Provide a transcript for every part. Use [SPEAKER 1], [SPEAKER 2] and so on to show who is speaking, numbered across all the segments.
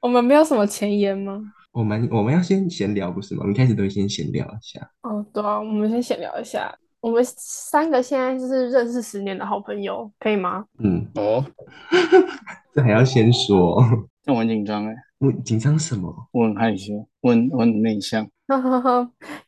[SPEAKER 1] 我们没有什么前言吗？
[SPEAKER 2] 我们我们要先闲聊不是吗？我们开始都会先闲聊一下。
[SPEAKER 1] 哦，对啊，我们先闲聊一下。我们三个现在就是认识十年的好朋友，可以吗？
[SPEAKER 2] 嗯，
[SPEAKER 3] 哦，
[SPEAKER 2] 这还要先说，
[SPEAKER 3] 那我很紧张哎，
[SPEAKER 2] 我紧张什么？
[SPEAKER 3] 我很害羞，我很我很内向，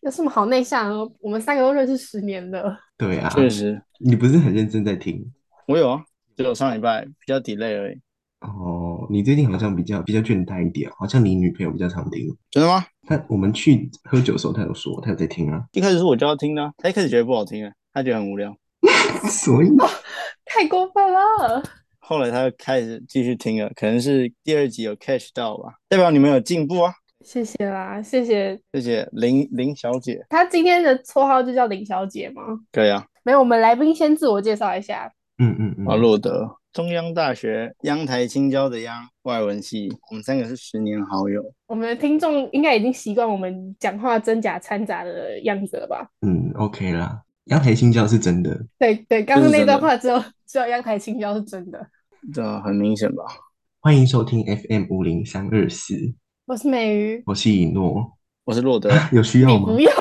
[SPEAKER 1] 有什么好内向的？我们三个都认识十年了。
[SPEAKER 2] 对啊，
[SPEAKER 3] 确实，
[SPEAKER 2] 你不是很认真在听
[SPEAKER 3] 我有啊，只有上礼拜比较 delay 而已。
[SPEAKER 2] 哦？你最近好像比较比较倦怠一点，好像你女朋友比较常听。
[SPEAKER 3] 真的吗？
[SPEAKER 2] 她我们去喝酒的时候，她有说她有在听啊，
[SPEAKER 3] 一开始是我教他听的啊、他一开始觉得不好听啊，他觉得很无聊，
[SPEAKER 2] 所以
[SPEAKER 1] 太过分了！
[SPEAKER 3] 后来他就开始继续听了，可能是第二集有 catch 到吧，代表你们有进步啊。
[SPEAKER 1] 谢谢啦，谢谢。
[SPEAKER 3] 谢谢林林小姐，
[SPEAKER 1] 她今天的绰号就叫林小姐吗？
[SPEAKER 3] 对啊，
[SPEAKER 1] 没有，我们来宾先自我介绍一下。
[SPEAKER 2] 嗯嗯嗯，
[SPEAKER 3] 马洛德，中央大学央台青椒的央外文系，我们三个是十年好友。
[SPEAKER 1] 我们的听众应该已经习惯我们讲话真假掺杂的样子了吧？
[SPEAKER 2] 嗯，OK 啦。阳台新教是真的，
[SPEAKER 1] 对对，刚刚那
[SPEAKER 3] 这是真
[SPEAKER 1] 段
[SPEAKER 3] 的
[SPEAKER 1] 话只有只有阳台青椒是真的。
[SPEAKER 3] 这很明显吧？
[SPEAKER 2] 欢迎收听 FM 五零三二四，
[SPEAKER 1] 我是美鱼，
[SPEAKER 2] 我是以诺，啊
[SPEAKER 3] 我是洛德，
[SPEAKER 2] 有需
[SPEAKER 1] 你
[SPEAKER 2] 要吗
[SPEAKER 1] 不？用。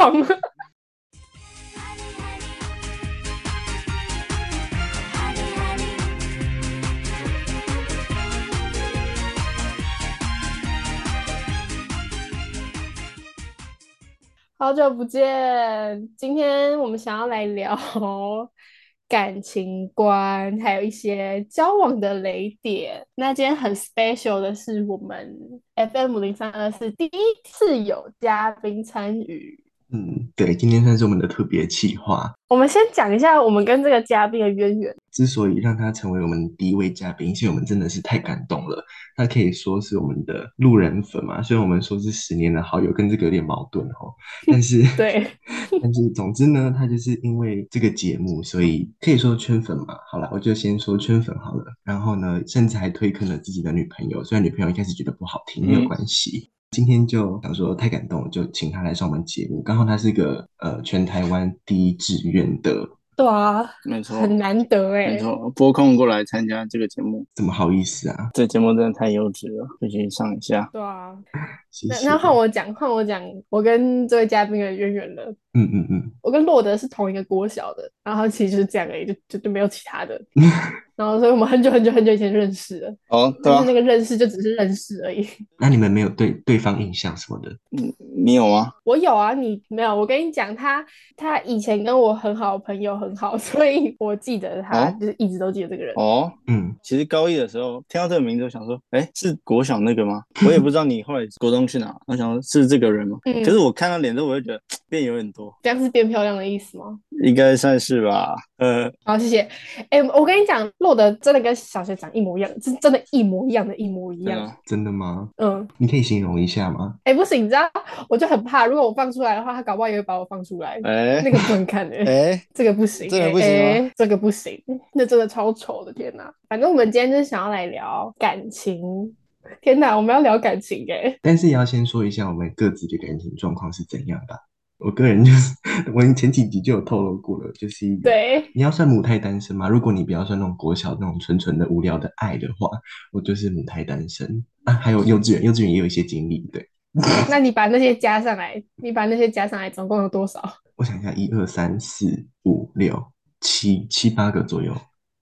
[SPEAKER 1] 好久不见，今天我们想要来聊 感情观，还有一些交往的雷点。那今天很 special 的是，我们 FM 零三二四第一次有嘉宾参与。
[SPEAKER 2] 嗯，对，今天算是我们的特别企划，
[SPEAKER 1] 我们先讲一下我们跟这个嘉宾的渊源。，
[SPEAKER 2] 之所以让他成为我们第一位嘉宾，是因为我们真的是太感动了。他可以说是我们的路人粉嘛，虽然我们说是十年的好友，跟这个有点矛盾哦。但是
[SPEAKER 1] 对，
[SPEAKER 2] 但是总之呢，他就是因为这个节目，所以可以说圈粉嘛。好了，我就先说圈粉好了。然后呢，甚至还推坑了自己的女朋友，虽然女朋友一开始觉得不好听，没有
[SPEAKER 3] 嗯
[SPEAKER 2] 关系。今天就想说太感动了，就请他来上我们节目。刚好他是个呃全台湾第一志愿的，
[SPEAKER 1] 对啊，
[SPEAKER 3] 没 错，
[SPEAKER 1] 很难得哎、
[SPEAKER 3] 没错，拨空过来参加这个节目，
[SPEAKER 2] 怎么好意思啊？
[SPEAKER 3] 这节目真的太优质了，必须上一下。
[SPEAKER 1] 对啊，
[SPEAKER 2] 谢
[SPEAKER 1] 那
[SPEAKER 2] 谢。
[SPEAKER 1] 那换我讲，换我讲，我跟这位嘉宾的渊源了。
[SPEAKER 2] 嗯嗯嗯。
[SPEAKER 1] 我跟洛德是同一个国小的，然后其实就是这样而已，就就就没有其 他的。然后所以我们很久很久很久以前认识了，
[SPEAKER 3] 哦，对
[SPEAKER 1] 但
[SPEAKER 3] 啊
[SPEAKER 1] 是那，个认识就只是认识而已。
[SPEAKER 2] 那你们没有对对方印象什么的？
[SPEAKER 3] 你有吗？
[SPEAKER 1] 我有啊，你没有？我跟你讲，他他以前跟我很好，朋友很好， 所以我记得他，
[SPEAKER 3] 哦
[SPEAKER 1] 就是一直都记得这个人。
[SPEAKER 3] 哦，
[SPEAKER 2] 嗯，
[SPEAKER 3] 其实高一的时候听到这个名字，我想说，哎，是国小那个吗？我也不知道你后来国中去哪，我想说是这个人吗？
[SPEAKER 1] 嗯
[SPEAKER 3] 可是我看他脸之后，我就觉得变有点多，
[SPEAKER 1] 这样是变漂亮的意思吗？
[SPEAKER 3] 应该算是吧。呃，
[SPEAKER 1] 好，谢谢。哎、我跟你讲，洛德真的跟小学长一模一样，是真的，一模一样的，一模一
[SPEAKER 3] 真的
[SPEAKER 1] 样。
[SPEAKER 3] 吗
[SPEAKER 2] 真的吗？
[SPEAKER 1] 嗯，
[SPEAKER 2] 你可以形容一下吗？
[SPEAKER 1] 哎、不行，你知道，我就很怕，如果我放出来的话，他搞不好也会把我放出来。那
[SPEAKER 3] 哎
[SPEAKER 1] 个不能看 的、
[SPEAKER 3] 哎，
[SPEAKER 1] 这个不行、
[SPEAKER 3] 这个
[SPEAKER 1] 哎
[SPEAKER 3] 不行吗
[SPEAKER 1] 哎这个不行，那真的超丑的，天哪！反正我们今天就是想要来聊感情，天哪，我们要聊感情哎、
[SPEAKER 2] 但是也要先说一下我们各自的感情状况是怎样吧。我个人就是，我前几集就有透露过了，就是一个
[SPEAKER 1] 对，
[SPEAKER 2] 你要算母胎单身吗？如果你不要算那种国小那种纯纯的无聊的爱的话，我就是母胎单身啊。还有幼稚园，幼稚园也有一些经历。对，
[SPEAKER 1] 那你把那些加上来，你把那些加上来，总共有多少？
[SPEAKER 2] 我想一下，一二三四五六七七八个左右。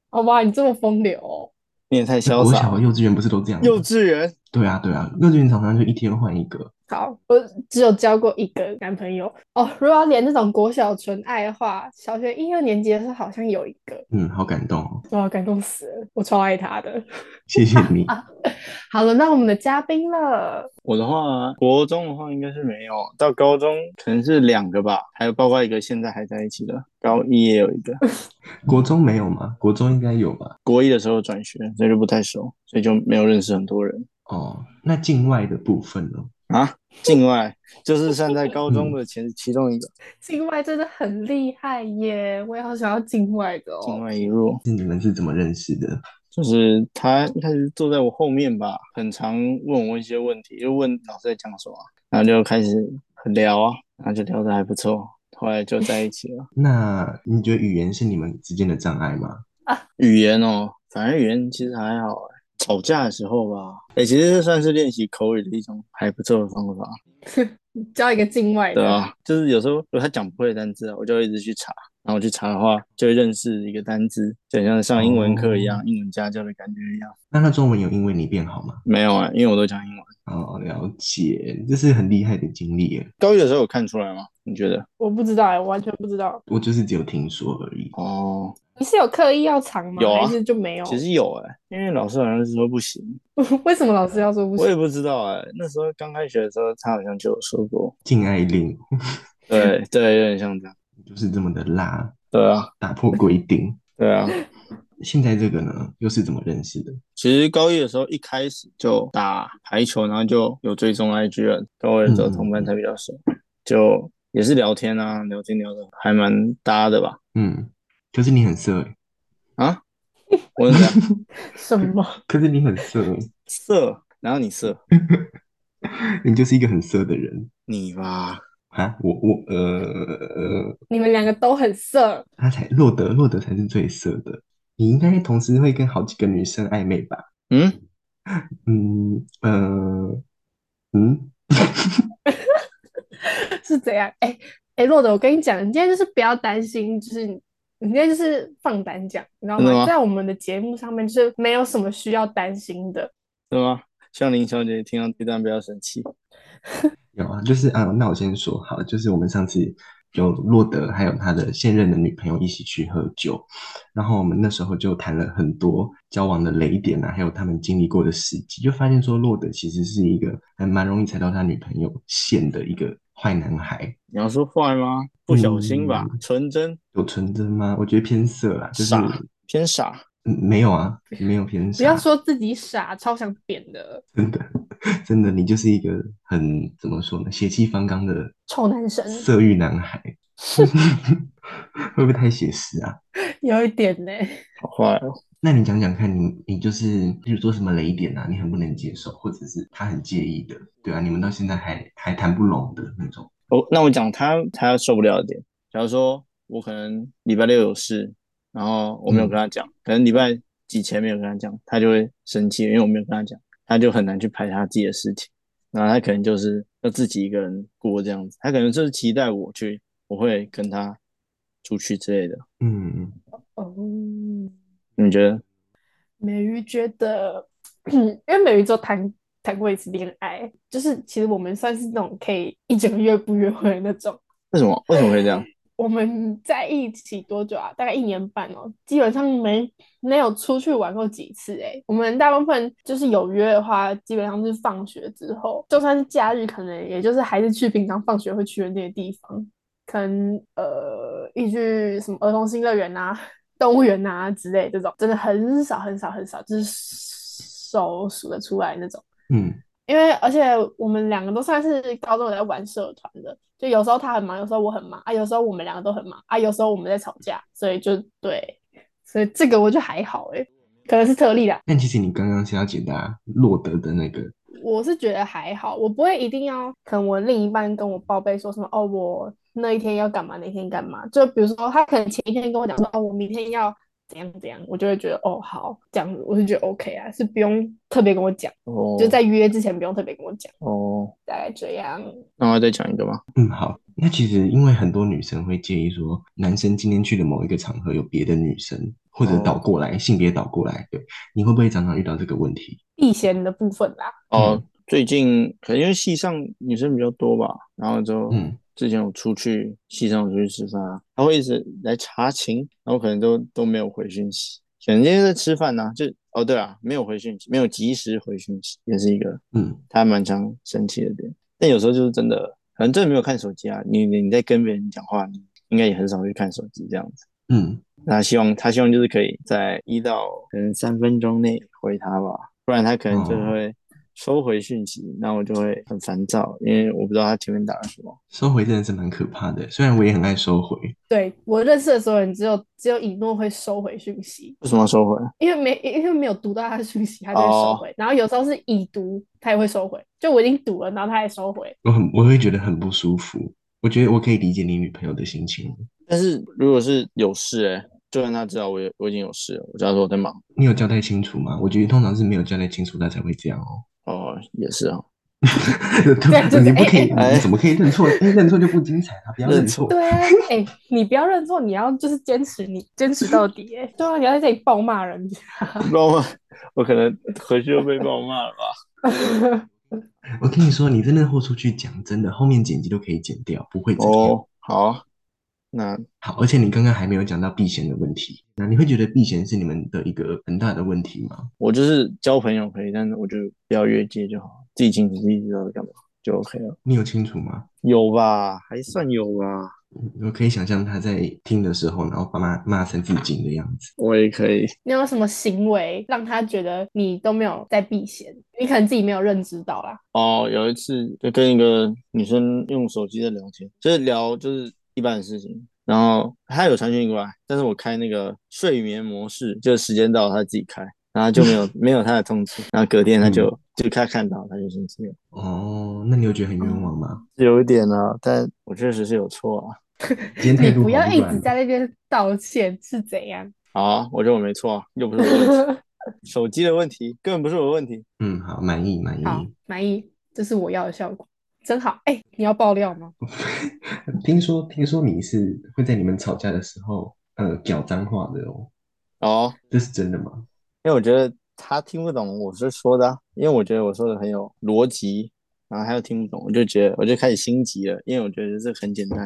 [SPEAKER 1] 哦哇，你这么风流、哦，
[SPEAKER 3] 你也太潇
[SPEAKER 2] 国
[SPEAKER 3] 洒
[SPEAKER 2] 小、
[SPEAKER 3] 了。
[SPEAKER 2] 幼稚园不是都这样吗？
[SPEAKER 3] 幼稚园，
[SPEAKER 2] 对啊，对啊，幼稚园常常就一天换一个。
[SPEAKER 1] 好，我只有交过一个男朋友哦。如果要连这种国小纯爱的话，小学一二年级的时候好像有一个，
[SPEAKER 2] 嗯，好感动哦，
[SPEAKER 1] 哇，感动死了，我超爱他的。
[SPEAKER 2] 谢谢你。
[SPEAKER 1] 好了，那我们的嘉宾了，
[SPEAKER 3] 我的话，国中的话应该是没有，到高中可能是两个吧，还有包括一个现在还在一起的，高一也有一个。
[SPEAKER 2] 国中没有吗？国中应该有吧？
[SPEAKER 3] 国一的时候转学，所以就不太熟，所以就没有认识很多人
[SPEAKER 2] 哦，那境外的部分呢？
[SPEAKER 3] 啊。境外就是算在高中的前其中一个，
[SPEAKER 1] 境外真的很厉害耶，我也好想要境外的
[SPEAKER 3] 境
[SPEAKER 1] 哦。
[SPEAKER 3] 外一入
[SPEAKER 2] 是你们是怎么认识的？
[SPEAKER 3] 就是他一开始坐在我后面吧，很常问我一些问题，就问老师在讲什么啊，然后就开始聊啊，然后就聊得还不错，后来就在一起了。
[SPEAKER 2] 那你觉得语言是你们之间的障碍吗？
[SPEAKER 3] 语言哦，反正语言其实还好欸，吵架的时候吧。哎、其实这算是练习口语的一种还不错的方法，
[SPEAKER 1] 交一个境外
[SPEAKER 3] 对
[SPEAKER 1] 的，
[SPEAKER 3] 啊，就是有时候如果他讲不会的单词啊，我就会一直去查，然后去查的话就会认识一个单词，就很像上英文课一样，
[SPEAKER 1] 哦
[SPEAKER 3] 英文家教的感觉一样。
[SPEAKER 2] 那他中文有因为你变好吗？
[SPEAKER 3] 没有啊、因为我都讲英文。
[SPEAKER 2] 哦，了解，这是很厉害的经历耶。
[SPEAKER 3] 高一的时候有看出来吗？你觉得？
[SPEAKER 1] 我不知道哎，我完全不知道。
[SPEAKER 2] 我就是只有听说而已。
[SPEAKER 3] 哦，
[SPEAKER 1] 你是有刻意要藏吗？
[SPEAKER 3] 有啊
[SPEAKER 1] 还是就没有？
[SPEAKER 3] 其实有哎、因为老师好像是说不行，
[SPEAKER 1] 为什么老师要说不
[SPEAKER 3] 我
[SPEAKER 1] 行？
[SPEAKER 3] 也不知道哎、那时候刚开学的时候，他好像就有说 过，
[SPEAKER 2] 禁爱令
[SPEAKER 3] 对对，有点像这样。
[SPEAKER 2] 就是这么的辣，
[SPEAKER 3] 对啊，
[SPEAKER 2] 打破规定。
[SPEAKER 3] 对啊。
[SPEAKER 2] 现在这个呢，又是怎么认识的？
[SPEAKER 3] 其实高一的时候一开始就打排球，然后就有追踪 IG 了。高二的时候同班才比较熟，就也是聊天啊，聊天聊的还蛮搭的吧。
[SPEAKER 2] 嗯，可是你很色哎，
[SPEAKER 3] 啊，我是这样
[SPEAKER 1] 什么？
[SPEAKER 2] 可是你很色欸，
[SPEAKER 3] 色，然后你色，
[SPEAKER 2] 你就是一个很色的人
[SPEAKER 3] 你吧，
[SPEAKER 2] 啊！我我呃，
[SPEAKER 1] 你们两个都很色，
[SPEAKER 2] 他才洛德，洛德才是最色的。你应该同时会跟好几个女生暧昧吧？
[SPEAKER 3] 嗯，
[SPEAKER 2] 嗯呃嗯，
[SPEAKER 1] 是怎样？哎、哎，洛德，我跟你讲，你今天就是不要担心，就是你你今天就是放胆讲，你知道
[SPEAKER 3] 真的
[SPEAKER 1] 吗？
[SPEAKER 3] 吗
[SPEAKER 1] 在我们的节目上面，就是没有什么需要担心的。
[SPEAKER 3] 是吗？希望林小姐听到这段不要生气。
[SPEAKER 2] 有啊，就是啊，那我先说好，就是我们上次有洛德还有他的现任的女朋友一起去喝酒，然后我们那时候就谈了很多交往的雷点啊，还有他们经历过的事迹，就发现说洛德其实是一个还蛮容易踩到他女朋友线的一个坏男孩。
[SPEAKER 3] 你要说坏吗？不小心吧，
[SPEAKER 2] 嗯
[SPEAKER 3] 纯真
[SPEAKER 2] 有纯真吗？我觉得偏色啦，就是
[SPEAKER 3] 傻偏傻。
[SPEAKER 2] 嗯没有啊，没有偏
[SPEAKER 1] 不要
[SPEAKER 2] 傻，
[SPEAKER 1] 说自己傻，超想扁的
[SPEAKER 2] 真的，真的，你就是一个很怎么说呢，血气方刚的
[SPEAKER 1] 臭男生，
[SPEAKER 2] 色欲男孩， 会不会太写实啊？
[SPEAKER 1] 有一点呢、
[SPEAKER 3] 好坏哦，
[SPEAKER 2] 那你讲讲看你，你就是比如说什么雷点啊，你很不能接受，或者是他很介意的，对啊，你们到现在还还谈不拢的那种。
[SPEAKER 3] 哦，那我讲他他受不了的点，假如说我可能礼拜六有事，然后我没有跟他讲，可能礼拜几前没有跟他讲，他就会生气，因为我没有跟他讲，他就很难去排他自己的事情，然后他可能就是要自己一个人过这样子，他可能就是期待我去，我会跟他出去之类的。
[SPEAKER 2] 嗯，
[SPEAKER 1] 哦，
[SPEAKER 3] 你觉得？
[SPEAKER 1] 美鱼觉得， 因为美鱼只有谈谈过一次恋爱，就是其实我们算是那种可以一整个月不约会的那种。
[SPEAKER 3] 为什么为什么会这样？
[SPEAKER 1] 我们在一起多久啊？大概一年半哦，基本上没没有出去玩过几次诶、我们大部分就是有约的话，基本上是放学之后，就算是假日，可能也就是还是去平常放学会去的那些地方，可能呃，一去什么儿童新乐园啊、 动物园啊之类这种，真的很少很少很少，就是手数得出来那种。
[SPEAKER 2] 嗯，
[SPEAKER 1] 因为而且我们两个都算是高中有在玩社团的，就有时候他很忙，有时候我很忙啊，有时候我们两个都很忙啊，有时候我们在吵架，所以就对，所以这个我就还好诶、可能是特例啦，
[SPEAKER 2] 但其实你刚刚是要解答洛德的那个，
[SPEAKER 1] 我是觉得还好，我不会一定要，可能我另一半跟我报备说什么哦，我那一天要干嘛，那天干嘛，就比如说他可能前一天跟我讲说哦，我明天要怎样怎样，我就会觉得哦好，这样子我就觉得 OK 啊，是不用特别跟我讲，
[SPEAKER 3] 哦，
[SPEAKER 1] 就在约之前不用特别跟我讲，
[SPEAKER 3] 哦，
[SPEAKER 1] 大概这样。
[SPEAKER 3] 那我要再讲一个吗？
[SPEAKER 2] 嗯，好，那其实因为很多女生会介意说，男生今天去的某一个场合有别的女生，或者
[SPEAKER 3] 哦
[SPEAKER 2] 倒过来，性别倒过来，对，你会不会常常遇到这个问题？
[SPEAKER 1] 避嫌的部分啦。
[SPEAKER 3] 哦，
[SPEAKER 2] 嗯
[SPEAKER 3] 最近可能因为系上女生比较多吧，然后就
[SPEAKER 2] 嗯，
[SPEAKER 3] 之前我出去系上有出去吃饭啊，他会一直来查寝，然后可能都都没有回讯息，可能今天在吃饭呐、就哦对啊，没有回讯息，没有及时回讯息，也是一个
[SPEAKER 2] 嗯，
[SPEAKER 3] 他蛮常生气的点。但有时候就是真的，可能真的没有看手机啊，你你你在跟别人讲话，你应该也很少去看手机这样子。
[SPEAKER 2] 嗯，
[SPEAKER 3] 那他希望他希望就是可以在一到可能三分钟内回他吧，不然他可能就
[SPEAKER 2] 哦
[SPEAKER 3] 会收回讯息，那我就会很烦躁，因为我不知道他前面打了什么。
[SPEAKER 2] 收回真的是蛮可怕的，虽然我也很爱收回，
[SPEAKER 1] 对我认识的所有人，只有只有以诺会收回讯息，
[SPEAKER 3] 为什么要收回？
[SPEAKER 1] 因为没因为没有读到他的讯息，他就会收回。然后有时候是已读，他也会收回。就我已经读了，然后他也收回。
[SPEAKER 2] 我很我会觉得很不舒服。我觉得我可以理解你女朋友的心情，
[SPEAKER 3] 但是如果是有事、欸，就算他知道我有我已经有事了，我知道说我在忙。
[SPEAKER 2] 你有交代清楚吗？我觉得通常是没有交代清楚，他才会这样哦。
[SPEAKER 3] 哦，也是啊，
[SPEAKER 1] 对就是
[SPEAKER 2] 你不可以，
[SPEAKER 3] 哎哎
[SPEAKER 2] 你怎么可以认错？哎，认错就不精彩了，不要认错。
[SPEAKER 1] 对 啊，哎、你不要认错，你要就是坚持你，坚持到底、哎， 对啊，你要在这里暴骂人 家。
[SPEAKER 3] 不知道吗？我可能回去又被暴骂了吧？
[SPEAKER 2] 我跟你说，你真的豁出去讲，真的后面剪辑都可以剪掉，不会怎样。
[SPEAKER 3] 哦，好啊，那
[SPEAKER 2] 好，而且你刚刚还没有讲到避嫌的问题，那你会觉得避嫌是你们的一个很大的问题吗？
[SPEAKER 3] 我就是交朋友可以，但是我就不要越界就好，自己清楚自己知道在干嘛就 OK 了。
[SPEAKER 2] 你有清楚吗？
[SPEAKER 3] 有吧？还算有吧？
[SPEAKER 2] 我可以想象他在听的时候，然后把骂骂成自己的样子。
[SPEAKER 3] 我也可以。
[SPEAKER 1] 你有什么行为让他觉得你都没有在避嫌？你可能自己没有认知到啦。
[SPEAKER 3] 哦，有一次就跟一个女生用手机在聊天，就是聊就是一般的事情，然后她有传讯过来，但是我开那个睡眠模式，就是时间到她自己开，然后就没有 没有她的通知，然后隔天她就、就她看到她就生气了，
[SPEAKER 2] 哦，那你有觉得很冤枉
[SPEAKER 1] 哦
[SPEAKER 2] 吗？
[SPEAKER 3] 有一点啊，但我确实是有错啊。
[SPEAKER 2] 今天态
[SPEAKER 1] 你
[SPEAKER 2] 度
[SPEAKER 1] 不要
[SPEAKER 2] 好
[SPEAKER 1] 一
[SPEAKER 2] 软
[SPEAKER 1] 直在那边道歉是怎样？
[SPEAKER 3] 好啊，我觉得我没错啊，又不是我的 问题，手机的问题根本不是我的问题。
[SPEAKER 2] 嗯，好，满意满意。
[SPEAKER 1] 好，满意，这是我要的效果，真好。哎、你要爆料吗？
[SPEAKER 2] 听说听说你是会在你们吵架的时候，呃，讲脏话的哦，
[SPEAKER 3] 哦，
[SPEAKER 2] 这是真的吗？
[SPEAKER 3] 因为我觉得他听不懂我是说的啊、因为我觉得我说的很有逻辑，然后他又听不懂，我就觉得我就开始心急了，因为我觉得这个很简单，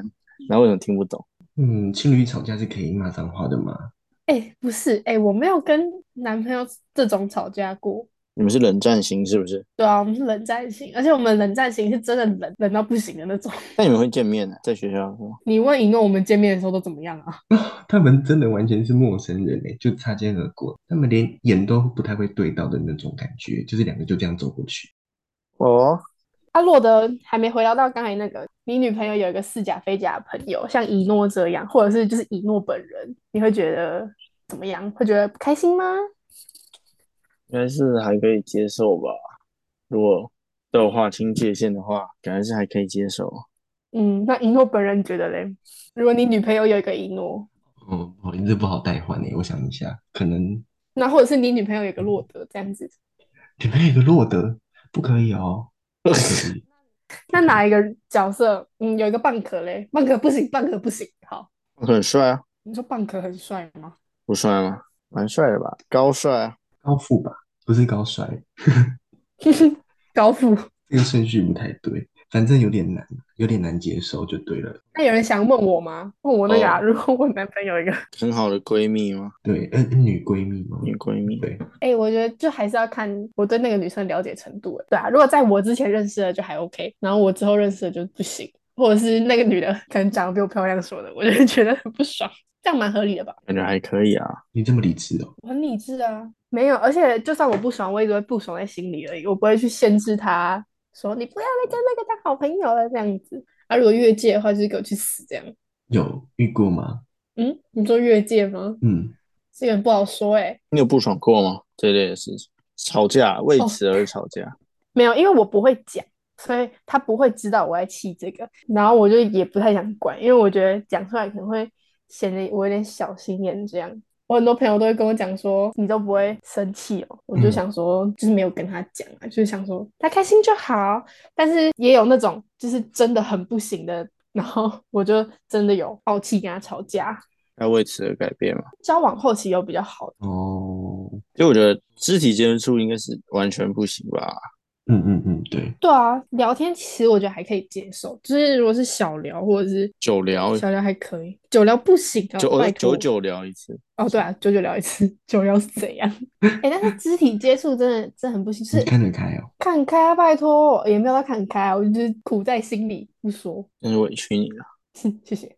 [SPEAKER 3] 然后为什么听不懂？
[SPEAKER 2] 嗯，情侣吵架是可以骂脏话的吗？
[SPEAKER 1] 哎、不是，哎、我没有跟男朋友这种吵架过。
[SPEAKER 3] 你们是冷战型是不是？
[SPEAKER 1] 对啊，我们是冷战型，而且我们冷战型是真的冷冷到不行的那种。
[SPEAKER 3] 那你们会见面的、啊在学校是吗？
[SPEAKER 1] 你问一诺，我们见面的时候都怎么样啊？
[SPEAKER 2] 他们真的完全是陌生人欸诶，就擦肩而过，他们连眼都不太会对到的那种感觉，就是两个就这样走过去。
[SPEAKER 3] 哦，
[SPEAKER 1] 阿洛啊德还没回答到刚才那个，你女朋友有一个似假非假的朋友，像一诺这样，或者是就是一诺本人，你会觉得怎么样？会觉得不开心吗？
[SPEAKER 3] 应该是还可以接受吧。如果都有划清界限的话，感觉是还可以接受。
[SPEAKER 1] 嗯，那一诺本人觉得嘞？如果你女朋友有一个一诺，
[SPEAKER 2] 哦，不好意思，这不好代换诶，我想一下，可能
[SPEAKER 1] 那或者是你女朋友有一个洛德这样子，
[SPEAKER 2] 里面有一个洛德，不可以哦，不可以。
[SPEAKER 1] 那哪一个角色？嗯，有一个蚌壳嘞，蚌壳不行，蚌壳不行。好，
[SPEAKER 3] 很帅啊，
[SPEAKER 1] 你说蚌壳很帅吗？
[SPEAKER 3] 不帅吗？蛮帅的吧，高帅啊。
[SPEAKER 2] 高富吧，不是高帅，
[SPEAKER 1] 高富。
[SPEAKER 2] 这个顺序不太对，反正有点难，有点难接受就对了。
[SPEAKER 1] 那有人想问我吗？问我那个啊，
[SPEAKER 3] 哦
[SPEAKER 1] 如果我男朋友有一个，
[SPEAKER 3] 很好的闺蜜吗？
[SPEAKER 2] 对，嗯、女闺蜜吗？
[SPEAKER 3] 女闺蜜。
[SPEAKER 2] 对，
[SPEAKER 1] 哎、我觉得就还是要看我对那个女生了解程度欸，对啊。如果在我之前认识的就还 OK，然后我之后认识的就不行，或者是那个女的可能长得比我漂亮什么的，我就会觉得很不爽，这样蛮合理的吧？
[SPEAKER 3] 感觉还可以啊。
[SPEAKER 2] 你这么理智哦。
[SPEAKER 1] 我很理智啊，没有，而且就算我不爽，我也只会不爽在心里而已，我不会去限制他，说你不要再跟那个当好朋友了这样子。啊，如果越界的话，就是给我去死这样。
[SPEAKER 2] 有遇过吗？
[SPEAKER 1] 嗯，你说越界吗？
[SPEAKER 2] 嗯，
[SPEAKER 1] 这个不好说哎、
[SPEAKER 3] 你有不爽过吗？这类的事情，吵架为
[SPEAKER 1] 哦
[SPEAKER 3] 此而吵架，
[SPEAKER 1] 没有，因为我不会讲，所以他不会知道我在气这个，然后我就也不太想管，因为我觉得讲出来可能会显得我有点小心眼这样。我很多朋友都会跟我讲说，你都不会生气哦，我就
[SPEAKER 2] 嗯
[SPEAKER 1] 想说，就是没有跟他讲啊，就是想说他开心就好。但是也有那种就是真的很不行的，然后我就真的有暴气跟他吵架。
[SPEAKER 3] 要为此而改变嘛？
[SPEAKER 1] 交往后期有比较好的，
[SPEAKER 2] 哦，
[SPEAKER 3] 就我觉得肢体接触应该是完全不行吧？
[SPEAKER 2] 嗯嗯嗯，对，
[SPEAKER 1] 对啊，聊天其实我觉得还可以接受，就是如果是小聊或者是
[SPEAKER 3] 久聊，
[SPEAKER 1] 小聊还可以，久聊不行啊，
[SPEAKER 3] 久
[SPEAKER 1] 拜
[SPEAKER 3] 哦
[SPEAKER 1] 托
[SPEAKER 3] 久久聊一次，
[SPEAKER 1] 哦，对啊，久久聊一次， 久聊是怎样？哎、但是肢体接触真的真的很不行，就是
[SPEAKER 2] 你看得开哦。
[SPEAKER 1] 看开啊，拜托，也没有到看开啊，我就是苦在心里不说，
[SPEAKER 3] 但是委屈你了，
[SPEAKER 1] 谢谢。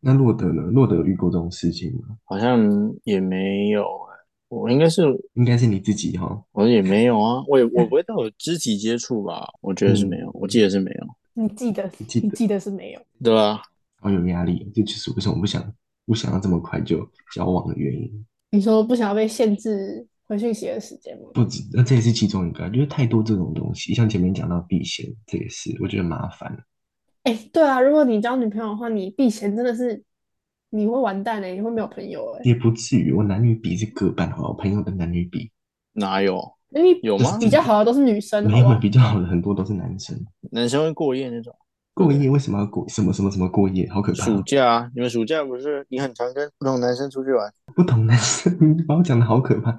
[SPEAKER 2] 那洛德呢？洛德有遇过这种事情吗？
[SPEAKER 3] 好像也没有、欸，我应该是
[SPEAKER 2] 应该是你自己哈、哦
[SPEAKER 3] 我也没有啊，我也我不会到有肢体接触吧？我觉得
[SPEAKER 2] 嗯
[SPEAKER 3] 是没有，我记得是没有，
[SPEAKER 1] 你记得，
[SPEAKER 2] 你记
[SPEAKER 1] 你
[SPEAKER 2] 得
[SPEAKER 1] 记得是没有？
[SPEAKER 3] 对吧？
[SPEAKER 2] 好哦有压力，这就是为什么我不想不想要这么快就交往的原因。
[SPEAKER 1] 你说不想要被限制回讯息的时间吗？
[SPEAKER 2] 不止，那这也是其中一个啊，就是太多这种东西，像前面讲到避嫌，这也是我觉得麻烦。
[SPEAKER 1] 哎、对啊，如果你交女朋友的话，你避嫌真的是你会完蛋哎、你会没有朋友哎、
[SPEAKER 2] 也不至于，我男女比是各半，好吧，我朋友的男女比，
[SPEAKER 3] 哪有
[SPEAKER 1] 那你
[SPEAKER 3] 有吗？
[SPEAKER 1] 比较好的都是女生，
[SPEAKER 2] 没
[SPEAKER 1] 好不
[SPEAKER 2] 有
[SPEAKER 3] 哦
[SPEAKER 1] 好？
[SPEAKER 2] 比较好的很多都是男生。
[SPEAKER 3] 男生会过夜那种。
[SPEAKER 2] 过夜为什么要过什么什么什么过夜？好可怕
[SPEAKER 3] 暑
[SPEAKER 2] 哦！
[SPEAKER 3] 假啊，你们暑假不是你很常跟不同男生出去玩？
[SPEAKER 2] 不同男生，你把我讲的好可怕。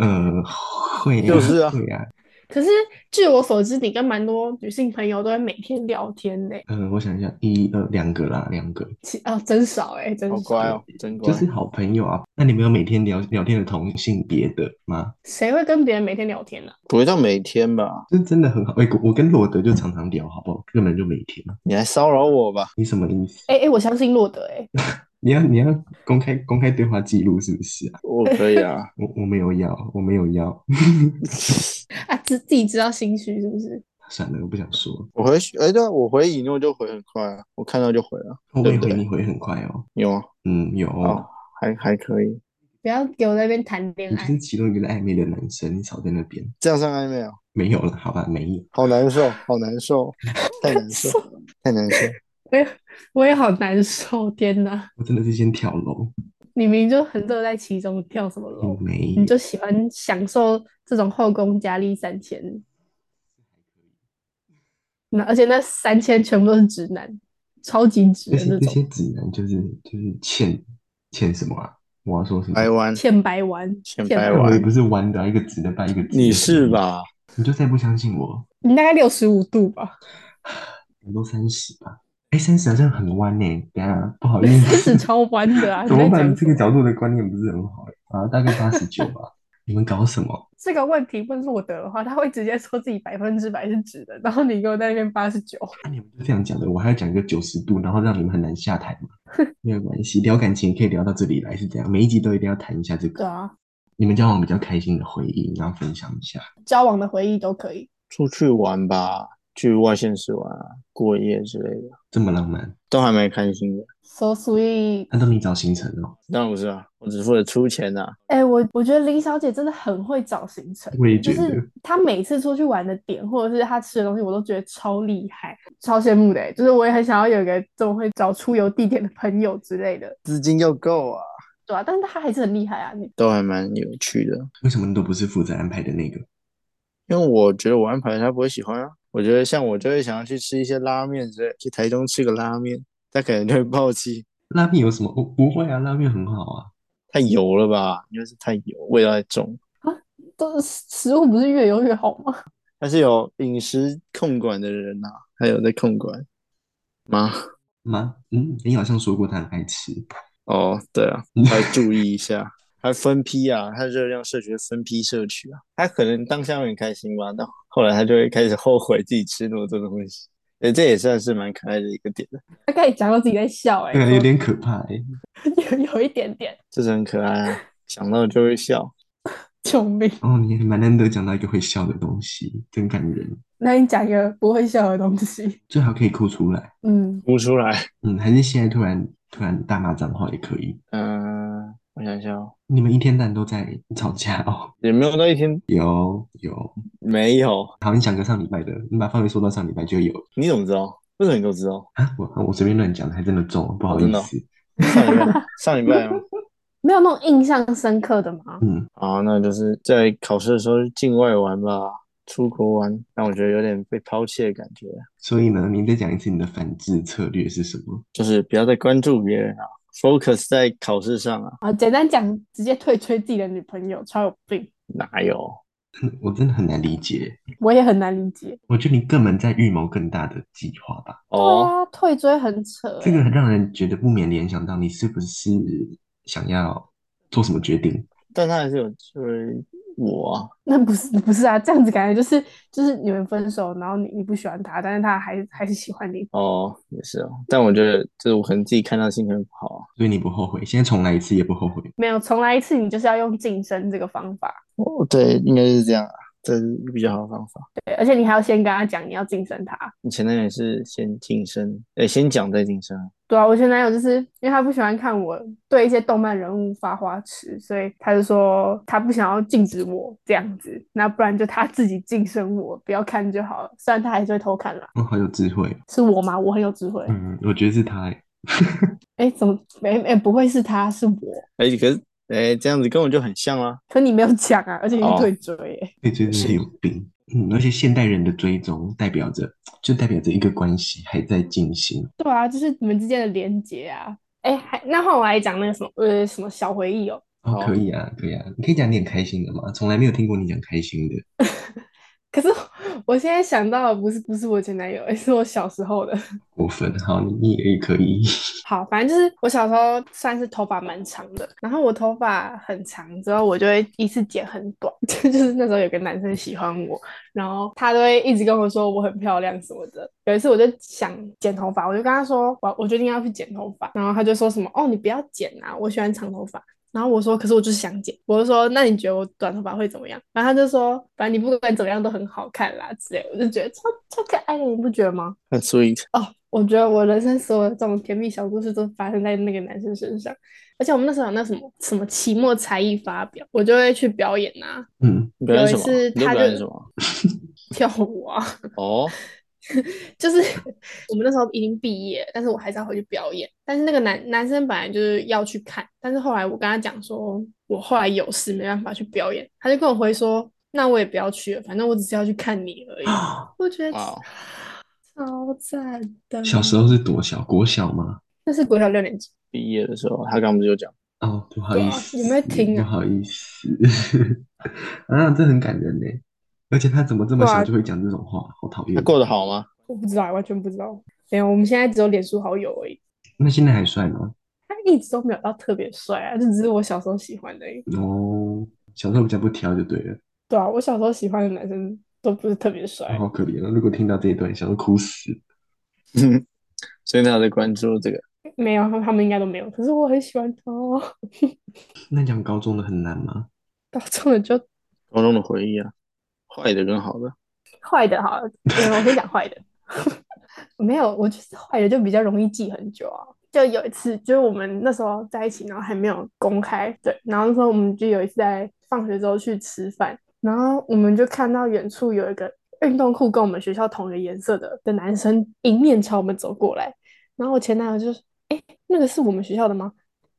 [SPEAKER 2] 呃，会啊
[SPEAKER 3] 就是啊
[SPEAKER 2] 会啊。
[SPEAKER 1] 可是据我所知，你跟蛮多女性朋友都会每天聊天呢、
[SPEAKER 2] 呃，我想一下，一二两个啦，两个
[SPEAKER 1] 其啊，真少哎、真
[SPEAKER 3] 好
[SPEAKER 1] 少。
[SPEAKER 3] 乖哦，真乖
[SPEAKER 2] 就。是好朋友啊。那你们有每天聊聊天的同性别的吗？
[SPEAKER 1] 谁会跟别人每天聊天呢、啊
[SPEAKER 3] 不会到每天吧？
[SPEAKER 2] 这真的很好。哎、我跟洛德就常常聊，好不好？根本就每天。
[SPEAKER 3] 你来骚扰我吧？
[SPEAKER 2] 你什么意思？
[SPEAKER 1] 哎、哎、我相信洛德哎、
[SPEAKER 2] 你要你要公开公开对话记录是不是啊？。
[SPEAKER 3] 我可以啊
[SPEAKER 2] 我我没有要，我没有要。
[SPEAKER 1] 啊，自自己知道心虚是不是？
[SPEAKER 2] 算了，我不想说。
[SPEAKER 3] 我回哎，对啊，我回一诺就回很快啊，我看到就回了。
[SPEAKER 2] 我也
[SPEAKER 3] 对
[SPEAKER 2] 回你回很快哦。
[SPEAKER 3] 有啊，
[SPEAKER 2] 嗯，有。
[SPEAKER 3] 哦，还还可以，
[SPEAKER 1] 不要给我在那边谈恋
[SPEAKER 2] 你就
[SPEAKER 1] 爱
[SPEAKER 3] 嗯
[SPEAKER 2] 是。其中一个在暧昧的男生，你少在那边。
[SPEAKER 3] 这样算暧昧啊？
[SPEAKER 2] 没有了，好吧，没有。
[SPEAKER 3] 好难受，好难受，太难受，太难受。
[SPEAKER 1] 我也我也好难受，天哪！
[SPEAKER 2] 我真的是先跳楼。
[SPEAKER 1] 你明明就很乐在其中，跳什么
[SPEAKER 3] 哦
[SPEAKER 1] 楼？
[SPEAKER 3] 嗯
[SPEAKER 2] 没
[SPEAKER 1] 你就喜欢享受这种后宫佳丽三千，那而且那三千全部都是直男，超级直
[SPEAKER 2] 那
[SPEAKER 1] 的
[SPEAKER 2] 些
[SPEAKER 1] 那
[SPEAKER 2] 那
[SPEAKER 1] 种，
[SPEAKER 2] 些指南就是就是欠欠什么啊？我要说什么？
[SPEAKER 3] 台湾，
[SPEAKER 1] 欠白玩，
[SPEAKER 3] 欠
[SPEAKER 1] 欠
[SPEAKER 3] 白
[SPEAKER 1] 白
[SPEAKER 3] 玩
[SPEAKER 2] 我
[SPEAKER 1] 玩
[SPEAKER 2] 也不是弯的啊，一个直的半，一个直的
[SPEAKER 3] 你是
[SPEAKER 2] 半？
[SPEAKER 3] 吧？
[SPEAKER 2] 你就再不相信我，
[SPEAKER 1] 你大概六十五度吧，
[SPEAKER 2] 我都三十吧。哎，三十好像很弯呢、等一下不好意
[SPEAKER 1] 三
[SPEAKER 2] 思
[SPEAKER 1] 十，超弯的 啊！你
[SPEAKER 2] 怎么
[SPEAKER 1] 在
[SPEAKER 2] 办？
[SPEAKER 1] 讲
[SPEAKER 2] 这
[SPEAKER 1] 什
[SPEAKER 2] 个
[SPEAKER 1] 么
[SPEAKER 2] 角度的观念不是很好、啊，大概八十九吧。你们搞什么？
[SPEAKER 1] 这个问题问洛德的话，他会直接说自己百分之百是直的，然后你给我在那边八十九，
[SPEAKER 2] 那、啊你们就这样讲的，我还要讲一个九十度，然后让你们很难下 台吗？没有关系，聊感情可以聊到这里来，是这样。每一集都一定要谈一下这
[SPEAKER 1] 对
[SPEAKER 2] 个，
[SPEAKER 1] 啊，
[SPEAKER 2] 你们交往比较开心的回忆，然后分享一下。
[SPEAKER 1] 交往的回忆都可以。
[SPEAKER 3] 出去玩吧，去外县市玩啊，过夜之类的，
[SPEAKER 2] 这么浪漫，
[SPEAKER 3] 都还蛮开心的。
[SPEAKER 1] So sweet，
[SPEAKER 2] 那都你找行程哦。
[SPEAKER 3] 当然不是啊，我只负责出钱呐、啊。
[SPEAKER 1] 哎、我我觉得林小姐真的很会找行程，
[SPEAKER 2] 我也
[SPEAKER 1] 就
[SPEAKER 2] 觉得
[SPEAKER 1] 是她每次出去玩的点，或者是她吃的东西，我都觉得超厉害，超羡慕的、欸。就是我也很想要有一个这么会找出游地点的朋友之类的，
[SPEAKER 3] 资金要够啊，
[SPEAKER 1] 对啊，但是她还是很厉害啊，你
[SPEAKER 3] 都还蛮有趣的。
[SPEAKER 2] 为什么你都不是负责安排的那个？
[SPEAKER 3] 因为我觉得我安排他不会喜欢啊。我觉得像我就会想要去吃一些拉面之类，去台中吃个拉面，他可能就会爆气，
[SPEAKER 2] 拉面有什么？我不会啊，拉面很好啊。
[SPEAKER 3] 太油了吧？因为是太油，味道太重。
[SPEAKER 1] 都是食物不是越油越好吗？
[SPEAKER 3] 但是有饮食控管的人呐、啊，还有在控管吗？
[SPEAKER 2] 吗？嗯，你好像说过他很爱吃。
[SPEAKER 3] 哦，对啊，还要注意一下，还分批啊，它热量摄取是分批摄取啊。他可能当下会很开心吧，但后来他就会开始后悔自己吃那么多东西。哎，这也算是蛮可爱的一个点的，
[SPEAKER 1] 她开始讲到自己在笑、欸，
[SPEAKER 2] 对啊，有点可怕哎、
[SPEAKER 1] 有 有一点点，
[SPEAKER 3] 就是很可爱啊，想到就会笑。
[SPEAKER 1] 救命！
[SPEAKER 2] 哦，你还蛮难得讲到一个会笑的东西，真感人。
[SPEAKER 1] 那你讲一个不会笑的东西，
[SPEAKER 2] 最好可以哭出来。
[SPEAKER 1] 嗯，
[SPEAKER 3] 哭出来。
[SPEAKER 2] 嗯，还是现在突然突然大骂脏话也可以。
[SPEAKER 3] 嗯、我想想哦，
[SPEAKER 2] 你们一天到晚都在吵架哦。
[SPEAKER 3] 也没有到一天
[SPEAKER 2] 有有，
[SPEAKER 3] 没有，
[SPEAKER 2] 好，你讲个上礼拜的，你把范围缩到上礼拜就有
[SPEAKER 3] 你怎么知道？为什么你都知道？
[SPEAKER 2] 啊。我我随便乱讲的，还真的中了，不好
[SPEAKER 3] 哦
[SPEAKER 2] 意
[SPEAKER 3] 真的哦
[SPEAKER 2] 思。
[SPEAKER 3] 上礼 拜，上礼拜哦。
[SPEAKER 1] 没有那种印象深刻的吗？
[SPEAKER 2] 嗯，
[SPEAKER 3] 啊，那就是在考试的时候去境外玩吧，出国玩，让我觉得有点被抛弃的感觉，
[SPEAKER 2] 所以呢，你再讲一次你的反制策略是什么？
[SPEAKER 3] 就是不要再关注别人啊，focus 在考试上啊，
[SPEAKER 1] 啊，简单讲，直接退追自己的女朋友，超有病，
[SPEAKER 3] 哪有？
[SPEAKER 2] 嗯我真的很难理解。
[SPEAKER 1] 我也很难理解。
[SPEAKER 2] 我觉得你根本在预谋更大的计划吧。
[SPEAKER 3] 哦，
[SPEAKER 1] 对啊，退追很扯
[SPEAKER 2] 这
[SPEAKER 1] 欸
[SPEAKER 2] 个让人觉得不免联想到你是不是想要做什么决定？
[SPEAKER 3] 但他还是有追我啊，
[SPEAKER 1] 那不是不是啊，这样子感觉就是就是你们分手，然后你你不喜欢他，但是他还还是喜欢你。
[SPEAKER 3] 哦，也是哦，但我觉得就是我可能自己看到心情不好啊，
[SPEAKER 2] 所以你不后悔，现在重来一次也不后悔。
[SPEAKER 1] 没有，重来一次，你就是要用晋升这个方法，
[SPEAKER 3] 哦，对，应该是这样啊，这是比较好的方法。
[SPEAKER 1] 对，而且你还要先跟他讲你要晋升他。
[SPEAKER 3] 你前男友也是先晋升，呃，先讲再晋升啊，
[SPEAKER 1] 对啊，我前男友就是因为他不喜欢看我对一些动漫人物发花痴，所以他就说他不想要禁止我这样子，那不然就他自己晋升我，不要看就好了。虽然他还是会偷看啦，
[SPEAKER 2] 哦，好有智慧。
[SPEAKER 1] 是我吗？我很有智慧。
[SPEAKER 2] 嗯嗯，我觉得是他欸。
[SPEAKER 1] 哎，怎么没？哎，不会是他是我？
[SPEAKER 3] 哎、可是哎、这样子根本就很像啊。
[SPEAKER 1] 可你没有讲啊，而且你
[SPEAKER 3] 哦
[SPEAKER 1] 退追耶。
[SPEAKER 2] 对，真的是哎有病。嗯，而且现代人的追踪代表着，就代表着一个关系还在进行。
[SPEAKER 1] 对啊，就是你们之间的连结啊。哎，还那换我来讲那个什么呃什么小回忆哦。
[SPEAKER 2] 哦，
[SPEAKER 3] 好
[SPEAKER 2] 可以啊，可以啊，你可以讲点开心的吗？从来没有听过你讲开心的。
[SPEAKER 1] 可是我现在想到的不是不是我前男友，哎是我小时候的。
[SPEAKER 2] 过分，好，你你也可以。
[SPEAKER 1] 好，反正就是我小时候算是头发蛮长的，然后我头发很长之后，我就会一次剪很短， 就就是那时候有个男生喜欢我，然后他都会一直跟我说我很漂亮什么的。有一次我就想剪头发，我就跟他说我我决定要去剪头发，然后他就说什么哦你不要剪啊，我喜欢长头发。然后我说可是我就是想剪，我就说那你觉得我短头发会怎么样？然后他就说反正你不管怎么样都很好看啦之类的，我就觉得超超可爱的，你不觉得吗？
[SPEAKER 3] 很 sweet，
[SPEAKER 1] 哦，我觉得我人生所有这种甜蜜小故事都发生在那个男生身上，而且我们那时候有那什么什么期末才艺发表，我就会去表演啊，
[SPEAKER 2] 嗯，
[SPEAKER 3] 你表
[SPEAKER 1] 有
[SPEAKER 3] 演什
[SPEAKER 1] 一
[SPEAKER 3] 么？
[SPEAKER 1] 次
[SPEAKER 3] 你都
[SPEAKER 1] 他
[SPEAKER 3] 表演
[SPEAKER 1] 就
[SPEAKER 3] 什么？
[SPEAKER 1] 跳舞啊，
[SPEAKER 3] 哦，
[SPEAKER 1] 就是我们那时候已经毕业，但是我还是要回去表演。但是那个男男生本来就是要去看，但是后来我跟他讲说，我后来有事没办法去表演，他就跟我回说，那我也不要去了，反正我只是要去看你而已。
[SPEAKER 2] 啊
[SPEAKER 1] 我觉得
[SPEAKER 3] 哇哦
[SPEAKER 1] 超赞的，
[SPEAKER 2] 小时候是多小？国小吗？
[SPEAKER 1] 那是国小六年级。
[SPEAKER 3] 毕业的时候他刚不是有讲，
[SPEAKER 2] 哦，不好
[SPEAKER 1] 对
[SPEAKER 2] 意
[SPEAKER 1] 啊
[SPEAKER 2] 思，
[SPEAKER 1] 有没有听啊
[SPEAKER 2] 不好意思， 啊，这很感人呢。而且他怎么这么
[SPEAKER 1] 对啊
[SPEAKER 2] 小就会讲这种话，好讨
[SPEAKER 3] 他
[SPEAKER 2] 厌。
[SPEAKER 3] 过得好吗？
[SPEAKER 1] 我不知道，完全不知道。没有，我们现在只有脸书好友而已。
[SPEAKER 2] 那现在还帅吗？
[SPEAKER 1] 他一直都没有到特别帅啊，这只是我小时候喜欢的而已。
[SPEAKER 2] 哦，小时候比较不挑就对了。
[SPEAKER 1] 对啊，我小时候喜欢的男生都不是特别帅。
[SPEAKER 2] 好可怜啊！如果听到这一段，想要哭死。
[SPEAKER 3] 所以他有在关注这个。
[SPEAKER 1] 没有，他们应该都没有。可是我很喜欢他哦。
[SPEAKER 2] 那讲高中的很难吗？
[SPEAKER 1] 高中的就
[SPEAKER 3] 高中的回忆啊，坏的跟好的。
[SPEAKER 1] 坏的好了，没有我先讲坏的。没有，我就是坏的就比较容易记很久啊。就有一次，就是我们那时候在一起，然后还没有公开，对，然后那时候我们就有一次在放学之后去吃饭，然后我们就看到远处有一个运动裤跟我们学校同一个颜色的的男生迎面朝我们走过来，然后我前男友就说：“哎，那个是我们学校的吗？”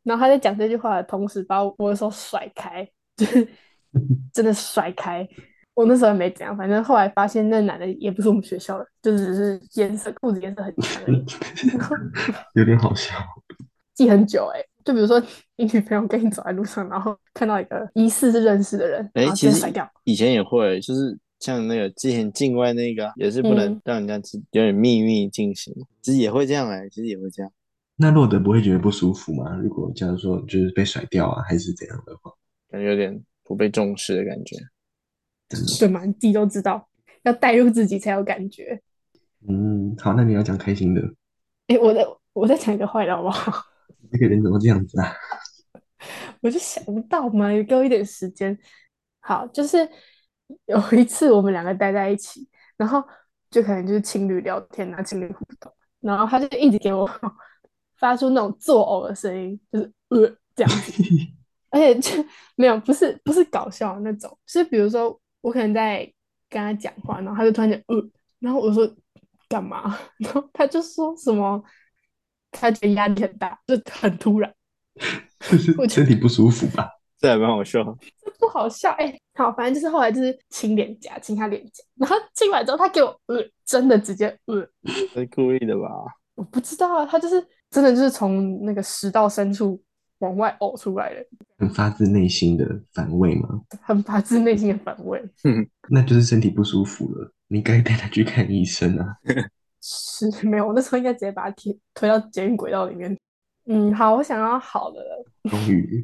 [SPEAKER 1] 然后他在讲这句话的同时，把我的手甩开，就是 真的甩开。我那时候也没怎样，反正后来发现那男的也不是我们学校的，就只是颜色裤子颜色很像而已，
[SPEAKER 2] 有点好笑。
[SPEAKER 1] 记很久哎、就比如说你女朋友跟你走在路上，然后看到一个疑似是认识的人，
[SPEAKER 3] 哎、
[SPEAKER 1] 然后直
[SPEAKER 3] 其
[SPEAKER 1] 接
[SPEAKER 3] 实
[SPEAKER 1] 甩掉。
[SPEAKER 3] 以前也会，就是像那个之前境外那个啊也是不能
[SPEAKER 1] 嗯
[SPEAKER 3] 让人家知，有点秘密进行，其实也会这样哎、其实也会这样。
[SPEAKER 2] 那洛德不会觉得不舒服吗？如果假如说就是被甩掉啊，还是怎样的话，
[SPEAKER 3] 感觉有点不被重视的感觉。
[SPEAKER 2] 真的。
[SPEAKER 1] 对嘛？你自己都知道，要带入自己才有感觉。
[SPEAKER 2] 嗯，好，那你要讲开心的。
[SPEAKER 1] 哎、我在我在讲一个坏的好不好？
[SPEAKER 2] 这个人怎么这样子啊？
[SPEAKER 1] 我就想不到嘛，给我一点时间。好，就是有一次我们两个待在一起，然后就可能就是情侣聊天啊，情侣互动，然后他就一直给我 发出那种作呕的声音，就是呃这样子，而且就没有不是不是搞笑的那种，就是比如说我可能在跟他讲话，然后他就突然间呃，然后我说干嘛， 然后他就说什么，他觉得压力很大，就很突然。
[SPEAKER 2] 这是
[SPEAKER 1] 我觉
[SPEAKER 2] 身
[SPEAKER 1] 得
[SPEAKER 2] 体不舒服吧？
[SPEAKER 3] 这还蛮好笑，
[SPEAKER 1] 不好笑哎、好，反正就是后来就是亲脸颊，亲他脸颊，然后亲完之后他给我呃，真的直接呃，
[SPEAKER 3] 是故意的吧？
[SPEAKER 1] 我不知道啊，他就是真的就是从那个食道深处往外呕出来的，
[SPEAKER 2] 很发自内心的反胃吗？
[SPEAKER 1] 很发自内心的反胃，
[SPEAKER 2] 那就是身体不舒服了，你该带他去看医生啊。
[SPEAKER 1] 是没有，我那时候应该直接把他推推到捷运轨道里面。嗯，好，我想要好的了，
[SPEAKER 2] 终于，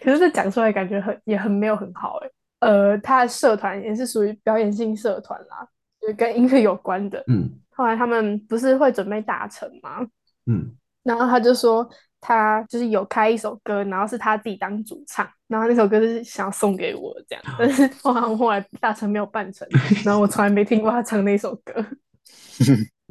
[SPEAKER 1] 可是这讲出来感觉很也很没有很好哎、呃，他的社团也是属于表演性社团啦，就是跟音乐有关的。
[SPEAKER 2] 嗯
[SPEAKER 1] 后来他们不是会准备大成吗？
[SPEAKER 2] 嗯，
[SPEAKER 1] 然后他就说他就是有开一首歌，然后是他自己当主唱，然后那首歌就是想要送给我这样，但是后来后来大成没有办成，然后我从来没听过他唱那首歌，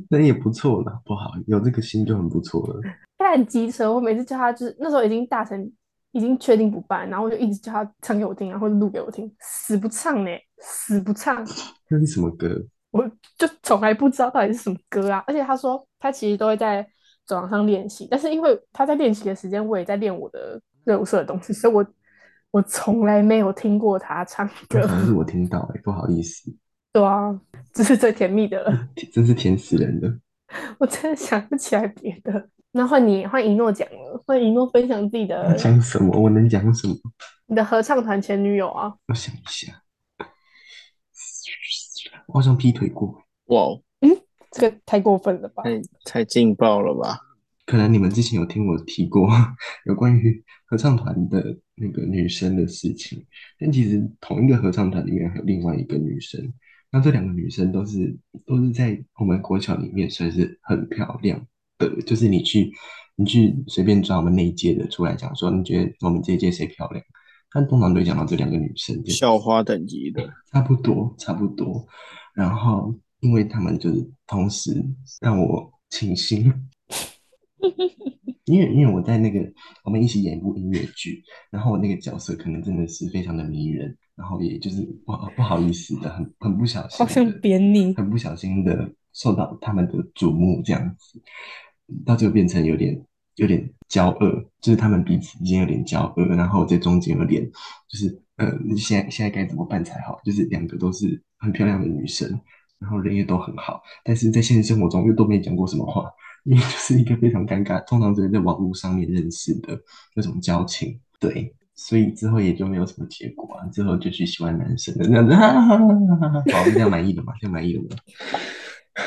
[SPEAKER 2] 那也不错啦，不好，有这个心就很不错了。
[SPEAKER 1] 他很机车，我每次叫他就是那时候已经大成已经确定不办，然后我就一直叫他唱给我听啊，或者录给我听，死不唱呢，死不唱，
[SPEAKER 2] 那是什么歌？
[SPEAKER 1] 我就从来不知道到底是什么歌啊，而且他说他其实都会在走廊上练习，但是因为他在练习的时间，我也在练我的热舞社的东西，所以我我从来没有听过他唱歌。
[SPEAKER 2] 好像是我听到、欸，哎，不好意思，
[SPEAKER 1] 对啊，这是最甜蜜的了，
[SPEAKER 2] 真是甜死人了。
[SPEAKER 1] 我真的想不起来别的。那换你，换一诺讲了，换一诺分享自己的
[SPEAKER 2] 讲什么？我能讲什么？
[SPEAKER 1] 你的合唱团前女友啊，
[SPEAKER 2] 我想一下，我好像劈腿过，
[SPEAKER 3] 哇哦，
[SPEAKER 1] 这个太过分了吧？
[SPEAKER 3] 太太劲爆了吧！
[SPEAKER 2] 可能你们之前有听我提过 有关于合唱团的那个女生的事情，但其实同一个合唱团里面还有另外一个女生，那这两个女生都是都是在我们国小里面算是很漂亮的，就是你去你去随便抓我们那一届的出来讲说，你觉得我们这一届谁漂亮？但通常都会讲到这两个女生，对
[SPEAKER 3] 校花等级的，
[SPEAKER 2] 差不多，差不多。然后，因为他们就是同时让我倾心，因为因为我在那个我们一起演一部音乐剧，然后我那个角色可能真的是非常的迷人，然后也就是不好不好意思的，很很不小心
[SPEAKER 1] 好
[SPEAKER 2] 的，
[SPEAKER 1] 想扁你，
[SPEAKER 2] 很不小心的受到他们的瞩目，这样子，到最后变成有点有点骄傲，就是他们彼此之间有点骄傲，然后在中间有点就是呃，现在现在该怎么办才好？就是两个都是很漂亮的女生，然后人也都很好，但是在现实生活中又都没讲过什么话，因为就是一个非常尴尬，通常只是在网络上面认识的那种交情，对。所以之后也就没有什么结果啊，之后就去喜欢男生了，这样子，哈哈哈哈哈哈。好，这样满意了吗？这样满意了吗？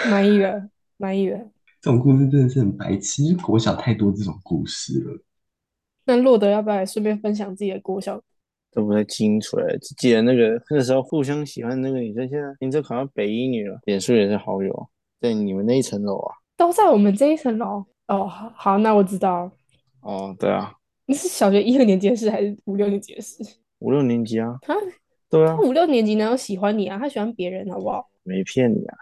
[SPEAKER 1] 满意了，满意了。
[SPEAKER 2] 这种故事真的是很白痴，就是国小太多这种故事了。
[SPEAKER 1] 那洛德要不要也顺便分享自己的国小？
[SPEAKER 3] 都不太清楚了。只记得那个那时候互相喜欢的那个女生，现在听说考上北一女了，脸书也是好友啊，在你们那一层楼啊。
[SPEAKER 1] 都在我们这一层楼。哦，好，好那我知道了。
[SPEAKER 3] 哦，对啊，
[SPEAKER 1] 你是小学一二年级的事还是五六年级的事？
[SPEAKER 3] 五六年级啊，
[SPEAKER 1] 他
[SPEAKER 3] 对啊
[SPEAKER 1] 他，五六年级哪有喜欢你啊？他喜欢别人，好不好？
[SPEAKER 3] 没骗你啊，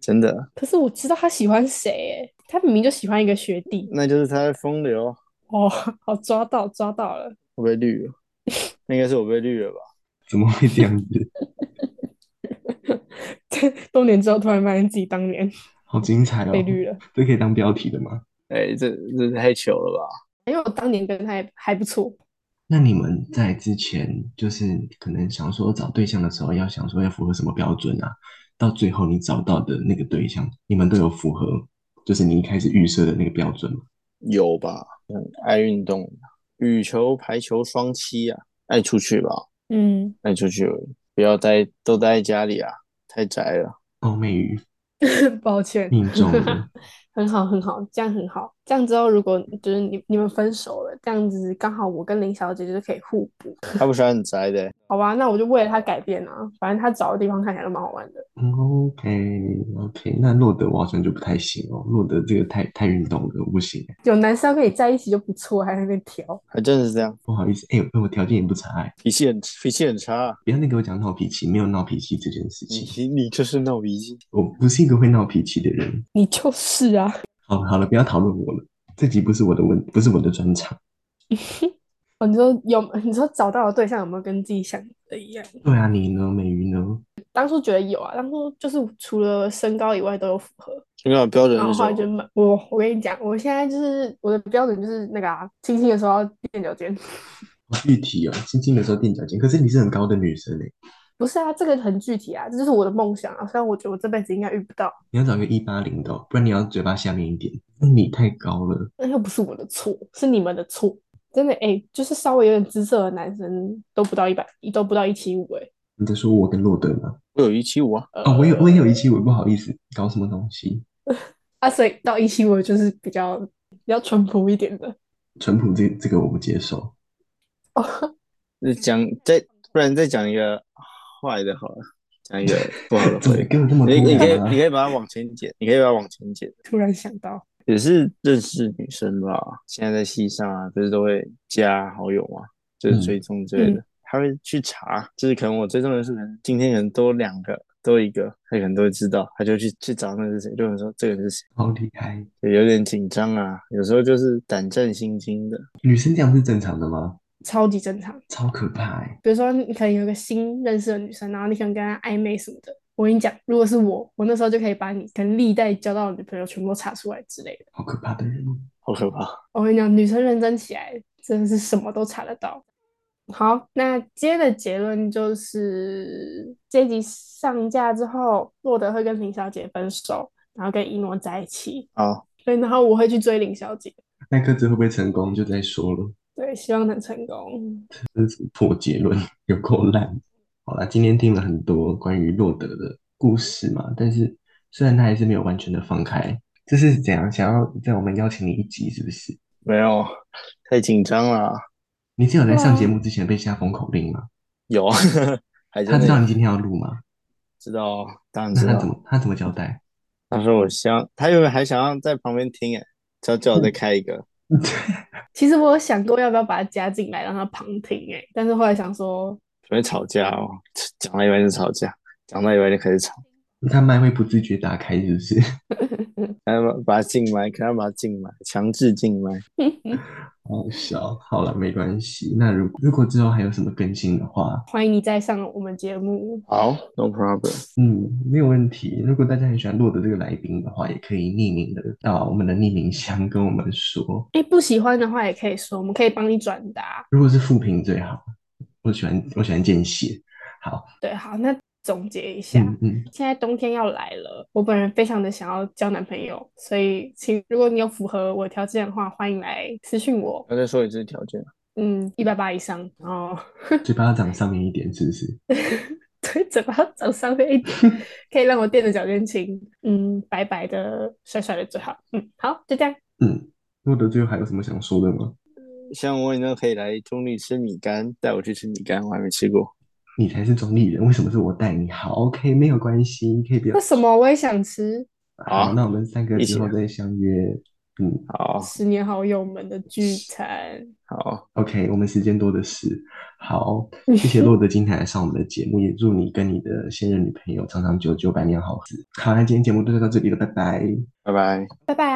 [SPEAKER 3] 真的，
[SPEAKER 1] 可是我知道他喜欢谁、欸，他明明就喜欢一个学弟。
[SPEAKER 3] 那就是他在风流啊，
[SPEAKER 1] 哦，好抓到，抓到了。
[SPEAKER 3] 我被绿了， 那应该是我被绿了吧？
[SPEAKER 2] 怎么会这样子？
[SPEAKER 1] 多年之后突然发现自己当年
[SPEAKER 2] 好精彩哦！
[SPEAKER 1] 被绿了，
[SPEAKER 2] 这可以当标题的吗？
[SPEAKER 3] 哎，这这太糗了吧？
[SPEAKER 1] 因为我当年跟他还还不错。
[SPEAKER 2] 那你们在之前就是可能想说找对象的时候，要想说要符合什么标准啊？到最后你找到的那个对象，你们都有符合，就是你一开始预设的那个标准吗？
[SPEAKER 3] 有吧？嗯，爱运动，羽球、排球双栖啊，爱出去吧，
[SPEAKER 1] 嗯，
[SPEAKER 3] 爱出去，不要待都待在家里啊，太宅了。
[SPEAKER 2] 欧美语
[SPEAKER 1] 抱歉，
[SPEAKER 2] 哦命中了，
[SPEAKER 1] 很好，很好，这样很好。这样之后，如果就是你你们分手了，这样子刚好我跟林小姐就是可以互补，
[SPEAKER 3] 他不喜欢很宅的、欸
[SPEAKER 1] 好吧？那我就为了他改变啊，反正他找的地方看起来都蛮好玩的。
[SPEAKER 2] 嗯 OK OK，那洛德我好像就不太行哦，洛德这个太太运动了，我不行，欸
[SPEAKER 1] 有男生跟你在一起就不错，还在那边调。
[SPEAKER 3] 还真的是这样，
[SPEAKER 2] 不好意思，哎、我我条件也不差哎、
[SPEAKER 3] 脾气很脾气很差啊、
[SPEAKER 2] 不要再给我讲闹脾气，没有闹脾气这件事情，
[SPEAKER 3] 你你就是闹脾气，
[SPEAKER 2] 我不是一个会闹脾气的人。
[SPEAKER 1] 你就是啊，
[SPEAKER 2] 好了好了，不要讨论我了，这集不是我的问，不是我的专场。
[SPEAKER 1] 哦，你说有， 你说找到的对象有没有跟自己想的一样？
[SPEAKER 2] 对啊，你呢，美鱼呢？
[SPEAKER 1] 当初觉得有啊，当初就是除了身高以外都有符合，
[SPEAKER 3] 身高的标准
[SPEAKER 1] 然后
[SPEAKER 3] 是
[SPEAKER 1] 后
[SPEAKER 3] 什
[SPEAKER 1] 来就
[SPEAKER 3] 么？
[SPEAKER 1] 慢，我我跟你讲，我现在就是我的标准就是那个啊，亲亲的时候要垫脚尖，
[SPEAKER 2] 好具体哦，轻轻的时候垫脚尖，可是你是很高的女生欸嘞，
[SPEAKER 1] 不是啊，这个很具体啊，这就是我的梦想啊，虽然我觉得我这辈子应该遇不到，
[SPEAKER 2] 你要找个一八零的哦，不然你要嘴巴下面一点。那你太高了，
[SPEAKER 1] 那又不是我的错，是你们的错，真的哎、就是稍微有点姿色的男生都不到一百，都不到一七五哎，
[SPEAKER 2] 你在说我跟洛德吗？
[SPEAKER 3] 我有一七五啊，
[SPEAKER 2] 哦，我有我也有一
[SPEAKER 1] 呃
[SPEAKER 2] 七五，不好意思，搞什么东西？
[SPEAKER 1] 啊，所以到一七五就是比较比较淳朴一点的
[SPEAKER 2] 淳朴这这个我不接受。
[SPEAKER 1] 哦，
[SPEAKER 3] 那呃讲再不然再讲一个坏的好了，讲一个不好的
[SPEAKER 2] 怎么
[SPEAKER 3] 回忆。
[SPEAKER 2] 给 我这么多
[SPEAKER 3] 你你可以
[SPEAKER 2] 啊
[SPEAKER 3] 你？可以把它往前剪，你可以把它往前剪，
[SPEAKER 1] 突然想到，
[SPEAKER 3] 也是认识女生吧。现在在戏上啊，不是都会加好友嘛，就是追
[SPEAKER 2] 嗯
[SPEAKER 3] 踪之类的，他会去查，就是可能我追踪的是可能今天可能多两个，多一个，他可能都会知道，他就去去找那个是谁，就想说这个人是谁，
[SPEAKER 2] 好厉害，
[SPEAKER 3] 就有点紧张啊，有时候就是胆战心惊的。
[SPEAKER 2] 女生这样是正常的吗？
[SPEAKER 1] 超级正常。
[SPEAKER 2] 超可怕哎、
[SPEAKER 1] 比如说，你可能有一个新认识的女生，然后你可能跟她暧昧什么的，我我跟你讲，如果是我，我那时候就可以把你跟历代交到的女朋友全部都查出来之类的。
[SPEAKER 2] 好可怕的人。哦
[SPEAKER 3] 好可怕。
[SPEAKER 1] 我跟你讲，女生认真起来，真的是什么都查得到。好，那今天的结论就是，这一集上架之后，洛德会跟林小姐分手，然后跟一诺在一起。
[SPEAKER 3] 好，
[SPEAKER 1] 对，然后我会去追林小姐。
[SPEAKER 2] 那各自会不会成功就再说了，
[SPEAKER 1] 对，希望能成功。
[SPEAKER 2] 真是破结论，有够烂。好啦，今天听了很多关于洛德的故事嘛，但是虽然他还是没有完全的放开，这是怎样？想要在我们邀请你一集是不是？
[SPEAKER 3] 没有，太紧张了。
[SPEAKER 2] 你只有在上
[SPEAKER 1] 对啊
[SPEAKER 2] 节目之前被下封口令吗？
[SPEAKER 3] 有， 还真
[SPEAKER 2] 他
[SPEAKER 3] 的
[SPEAKER 2] 知道
[SPEAKER 3] 有
[SPEAKER 2] 你今天要录吗？
[SPEAKER 3] 知道，当然
[SPEAKER 2] 那
[SPEAKER 3] 啊知
[SPEAKER 2] 他
[SPEAKER 3] 道
[SPEAKER 2] 怎。么他怎么交代？
[SPEAKER 3] 他说我想，他原本还想要在旁边听，哎，叫叫我再开一个。
[SPEAKER 1] 其实我有想过要不要把它加进来，让它旁听诶、但是后来想说，
[SPEAKER 3] 准备吵架哦，讲到一半就吵架，讲到一半就开始吵，
[SPEAKER 2] 他麦会不自觉打开是不是？
[SPEAKER 3] 还要把它禁麦，可能要把它禁麦，强制禁麦。
[SPEAKER 2] 好笑，好了，没关系。那如如果之后还有什么更新的话，
[SPEAKER 1] 欢迎你再上我们节目。
[SPEAKER 3] 好，no problem。
[SPEAKER 2] 嗯，没有问题。如果大家很喜欢洛德这个来宾的话，也可以匿名的到我们的匿名箱跟我们说。
[SPEAKER 1] 哎，不喜欢的话也可以说，我们可以帮你转达。
[SPEAKER 2] 如果是负评最好，我喜欢我喜欢见血。好，
[SPEAKER 1] 对，好，那总结一下，
[SPEAKER 2] 嗯嗯，
[SPEAKER 1] 现在冬天要来了，我本人非常的想要交男朋友，所以请如果你有符合我条件的话，欢迎来私信我。
[SPEAKER 3] 那再说一次条件，
[SPEAKER 1] 嗯，一百八以上，哦然后
[SPEAKER 2] 嘴巴要长上面一点，是不是？
[SPEAKER 1] 对嘴巴长上面一点， 可以让我垫着脚尖亲。嗯，白白的、帅帅的最好。嗯，好，就这样。
[SPEAKER 2] 嗯，洛德最后还有什么想说的吗？
[SPEAKER 3] 像我呢可以来中立吃米干，带我去吃米干，我还没吃过。
[SPEAKER 2] 你才是中立人，为什么是我带你？好，OK，没有关系，可以不要
[SPEAKER 1] 那。什么我也想吃，
[SPEAKER 2] 好，
[SPEAKER 3] 好
[SPEAKER 2] 那我们三个
[SPEAKER 3] 一
[SPEAKER 2] 之
[SPEAKER 3] 起
[SPEAKER 2] 后
[SPEAKER 3] 啊
[SPEAKER 2] 再相约。嗯
[SPEAKER 3] 好
[SPEAKER 1] 十年好友们的聚餐。
[SPEAKER 3] 好，
[SPEAKER 2] ，OK，我们时间多的是。好，谢谢洛德今天来上我们的节目，也祝你跟你的现任女朋友长长久久，百年好合。好，那今天节目就到这里了，拜拜。
[SPEAKER 3] 拜拜。
[SPEAKER 1] 拜拜。